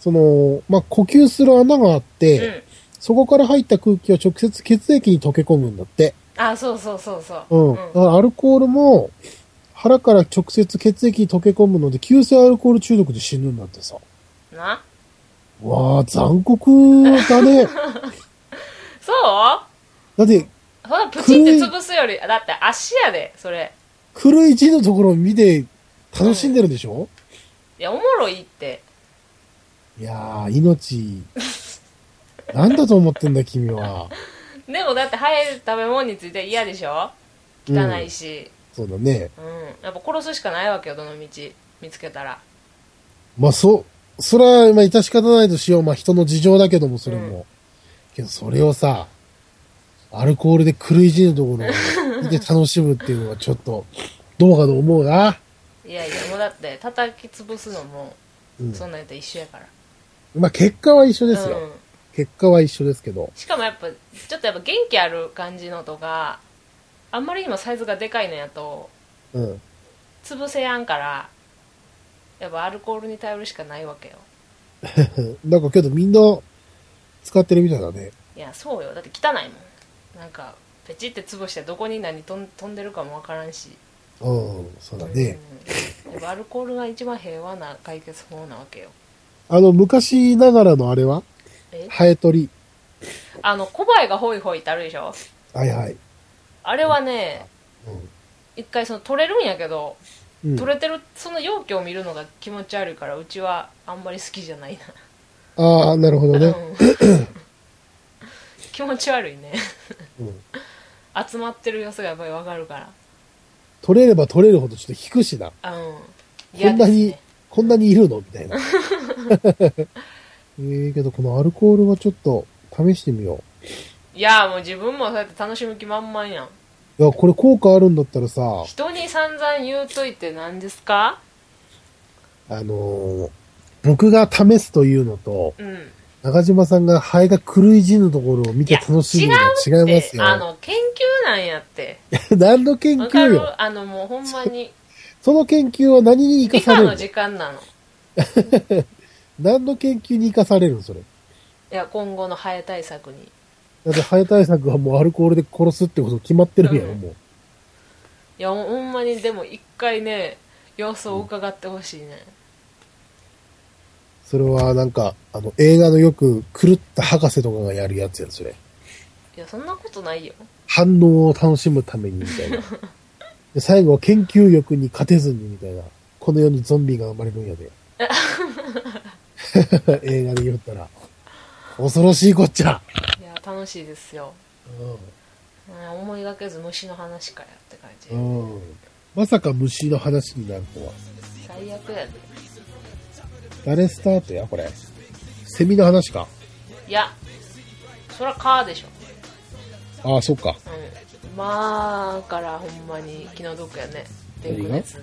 [SPEAKER 2] その、まあ、呼吸する穴があっ
[SPEAKER 3] う
[SPEAKER 2] て、
[SPEAKER 3] ん
[SPEAKER 2] そこから入った空気を直接血液に溶け込むんだって。
[SPEAKER 3] あそうそうそうそう
[SPEAKER 2] うん。だからアルコールも、腹から直接血液に溶け込むので、急性アルコール中毒で死ぬんだってさ。
[SPEAKER 3] な
[SPEAKER 2] わあ、残酷だ
[SPEAKER 3] [laughs]
[SPEAKER 2] ね。
[SPEAKER 3] そう
[SPEAKER 2] だって、
[SPEAKER 3] ほらプチって潰すよりだって足やでそれ
[SPEAKER 2] 黒い字のところを見て楽しんでるでしょ、
[SPEAKER 3] いやおもろいって
[SPEAKER 2] いやー、命。なんだと思ってんだ、君は。
[SPEAKER 3] でもだって生える食べ物について嫌でしょ [laughs] 汚いし、
[SPEAKER 2] そうだね。
[SPEAKER 3] うんやっぱ殺すしかないわけよどの道見つけたら
[SPEAKER 2] まあ、そう、それは、まあ、致し方ないとしよう。まあ、人の事情だけども、それも。けど、それをさ、アルコールで狂い死ぬところ
[SPEAKER 3] [laughs]
[SPEAKER 2] を見て楽しむっていうのは、ちょっと、どうかと思うな。
[SPEAKER 3] いやいやもうだって叩き潰すのも
[SPEAKER 2] うん。
[SPEAKER 3] そんなんやったら一緒やから、
[SPEAKER 2] まあ、結果は一緒ですよ。
[SPEAKER 3] うん、
[SPEAKER 2] 結果は一緒ですけど。
[SPEAKER 3] しかもやっぱちょっとやっぱ元気ある感じのとかあんまりにもサイズがでかいのやと
[SPEAKER 2] うん。
[SPEAKER 3] 潰せやんからやっぱアルコールに頼るしかないわけよ
[SPEAKER 2] なんかけど、みんな、使ってるみたいだね。
[SPEAKER 3] いやそうよだって汚いもんなんかペチって潰してどこに何飛ん飛んでるかもわからんし
[SPEAKER 2] うん、そうだね。
[SPEAKER 3] うん、やっぱアルコールが一番平和な解決法なわけよ
[SPEAKER 2] あの、昔ながらのあれは
[SPEAKER 3] え
[SPEAKER 2] ハエ取り。
[SPEAKER 3] あのコバエがホイホイってあるでしょ
[SPEAKER 2] はいはい。
[SPEAKER 3] あれはね
[SPEAKER 2] うん
[SPEAKER 3] 一回その取れるんやけど
[SPEAKER 2] うん、
[SPEAKER 3] 取れてるその容器を見るのが気持ち悪いからうちはあんまり好きじゃない
[SPEAKER 2] ああ、なるほど
[SPEAKER 3] な、
[SPEAKER 2] ね。
[SPEAKER 3] うん気持ち悪いね
[SPEAKER 2] うん、
[SPEAKER 3] 集まってる様子がやっぱりわかるか
[SPEAKER 2] 取れれば取れるほどちょっと引くしな。
[SPEAKER 3] らうん
[SPEAKER 2] こ
[SPEAKER 3] 嫌
[SPEAKER 2] ん
[SPEAKER 3] で
[SPEAKER 2] な
[SPEAKER 3] す
[SPEAKER 2] に、
[SPEAKER 3] ね
[SPEAKER 2] こんなにいるのみた
[SPEAKER 3] [laughs]
[SPEAKER 2] いな。ええけど、このアルコールはちょっと試してみよ
[SPEAKER 3] いやもう自分もそうやって楽しむ気満々やん
[SPEAKER 2] う。いや、これ効果あるんだったらさ、
[SPEAKER 3] 人に散々言うといて何ですか
[SPEAKER 2] あのー僕が試すというのと、
[SPEAKER 3] うん
[SPEAKER 2] 中島さんがハエが狂い死ぬところを見て楽しむのは違いますよ。
[SPEAKER 3] あの研究なんやって
[SPEAKER 2] [laughs] 何の研
[SPEAKER 3] わか
[SPEAKER 2] 究
[SPEAKER 3] る
[SPEAKER 2] よ。
[SPEAKER 3] あのもうほんまに
[SPEAKER 2] その研究は何に生
[SPEAKER 3] 理
[SPEAKER 2] かさ
[SPEAKER 3] 科
[SPEAKER 2] れる
[SPEAKER 3] の
[SPEAKER 2] の
[SPEAKER 3] 時間なのい
[SPEAKER 2] 何の研究に生かされるのそれ。
[SPEAKER 3] や今後のハエ対策に
[SPEAKER 2] だって、ハエ対策はもうアルコールで殺すってこと決まってるんやろ、
[SPEAKER 3] うん
[SPEAKER 2] もう。
[SPEAKER 3] いやほんまにでも一回ね様子を伺ってほしいね、
[SPEAKER 2] それはなんか、あの、映画のよく狂った博士とかがやるやつやん、それ。
[SPEAKER 3] いやそんなことないよ
[SPEAKER 2] 反応を楽しむためにみたいな。で最後は研究欲に勝てずにみたいな。この世にゾンビが生まれるんやで。映画で言ったら。恐ろしいこっちゃ。
[SPEAKER 3] いや楽しいですよ、うん思いがけず虫の話かよって感じ、
[SPEAKER 2] うん。うん。まさか虫の話になるとは。
[SPEAKER 3] 最悪やで
[SPEAKER 2] 誰スタートや、これ。セミの話か。
[SPEAKER 3] いやそら蚊でしょ
[SPEAKER 2] ああ、そっか。
[SPEAKER 3] うんまあからほんまに気の毒やね
[SPEAKER 2] 何が
[SPEAKER 3] デング熱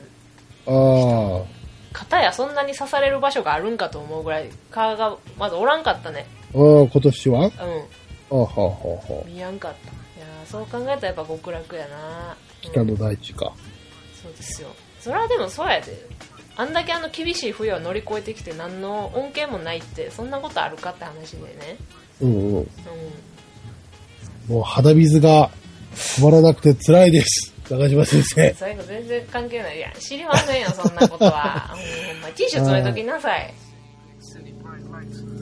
[SPEAKER 2] ああ。
[SPEAKER 3] 片やそんなに刺される場所があるんかと思うぐらい蚊がまずおらんかったね
[SPEAKER 2] うん、今年は
[SPEAKER 3] う
[SPEAKER 2] ああ、はあ、はあ、はあ
[SPEAKER 3] ん。見やんかったいやーそう考えたらやっぱ極楽やな、うん
[SPEAKER 2] 北の大地か。
[SPEAKER 3] そうですよそれはでもそうやであんだけあの厳しい冬を乗り越えてきて何の恩恵もないってそんなことあるかって話でね
[SPEAKER 2] うんうん。
[SPEAKER 3] う
[SPEAKER 2] もう鼻水が止まらなくて辛いです。中島先生
[SPEAKER 3] ん。最後全然関係ないいや知りませんよそんなことはうんほんまティッシュ詰めときなさい
[SPEAKER 1] City bright lights.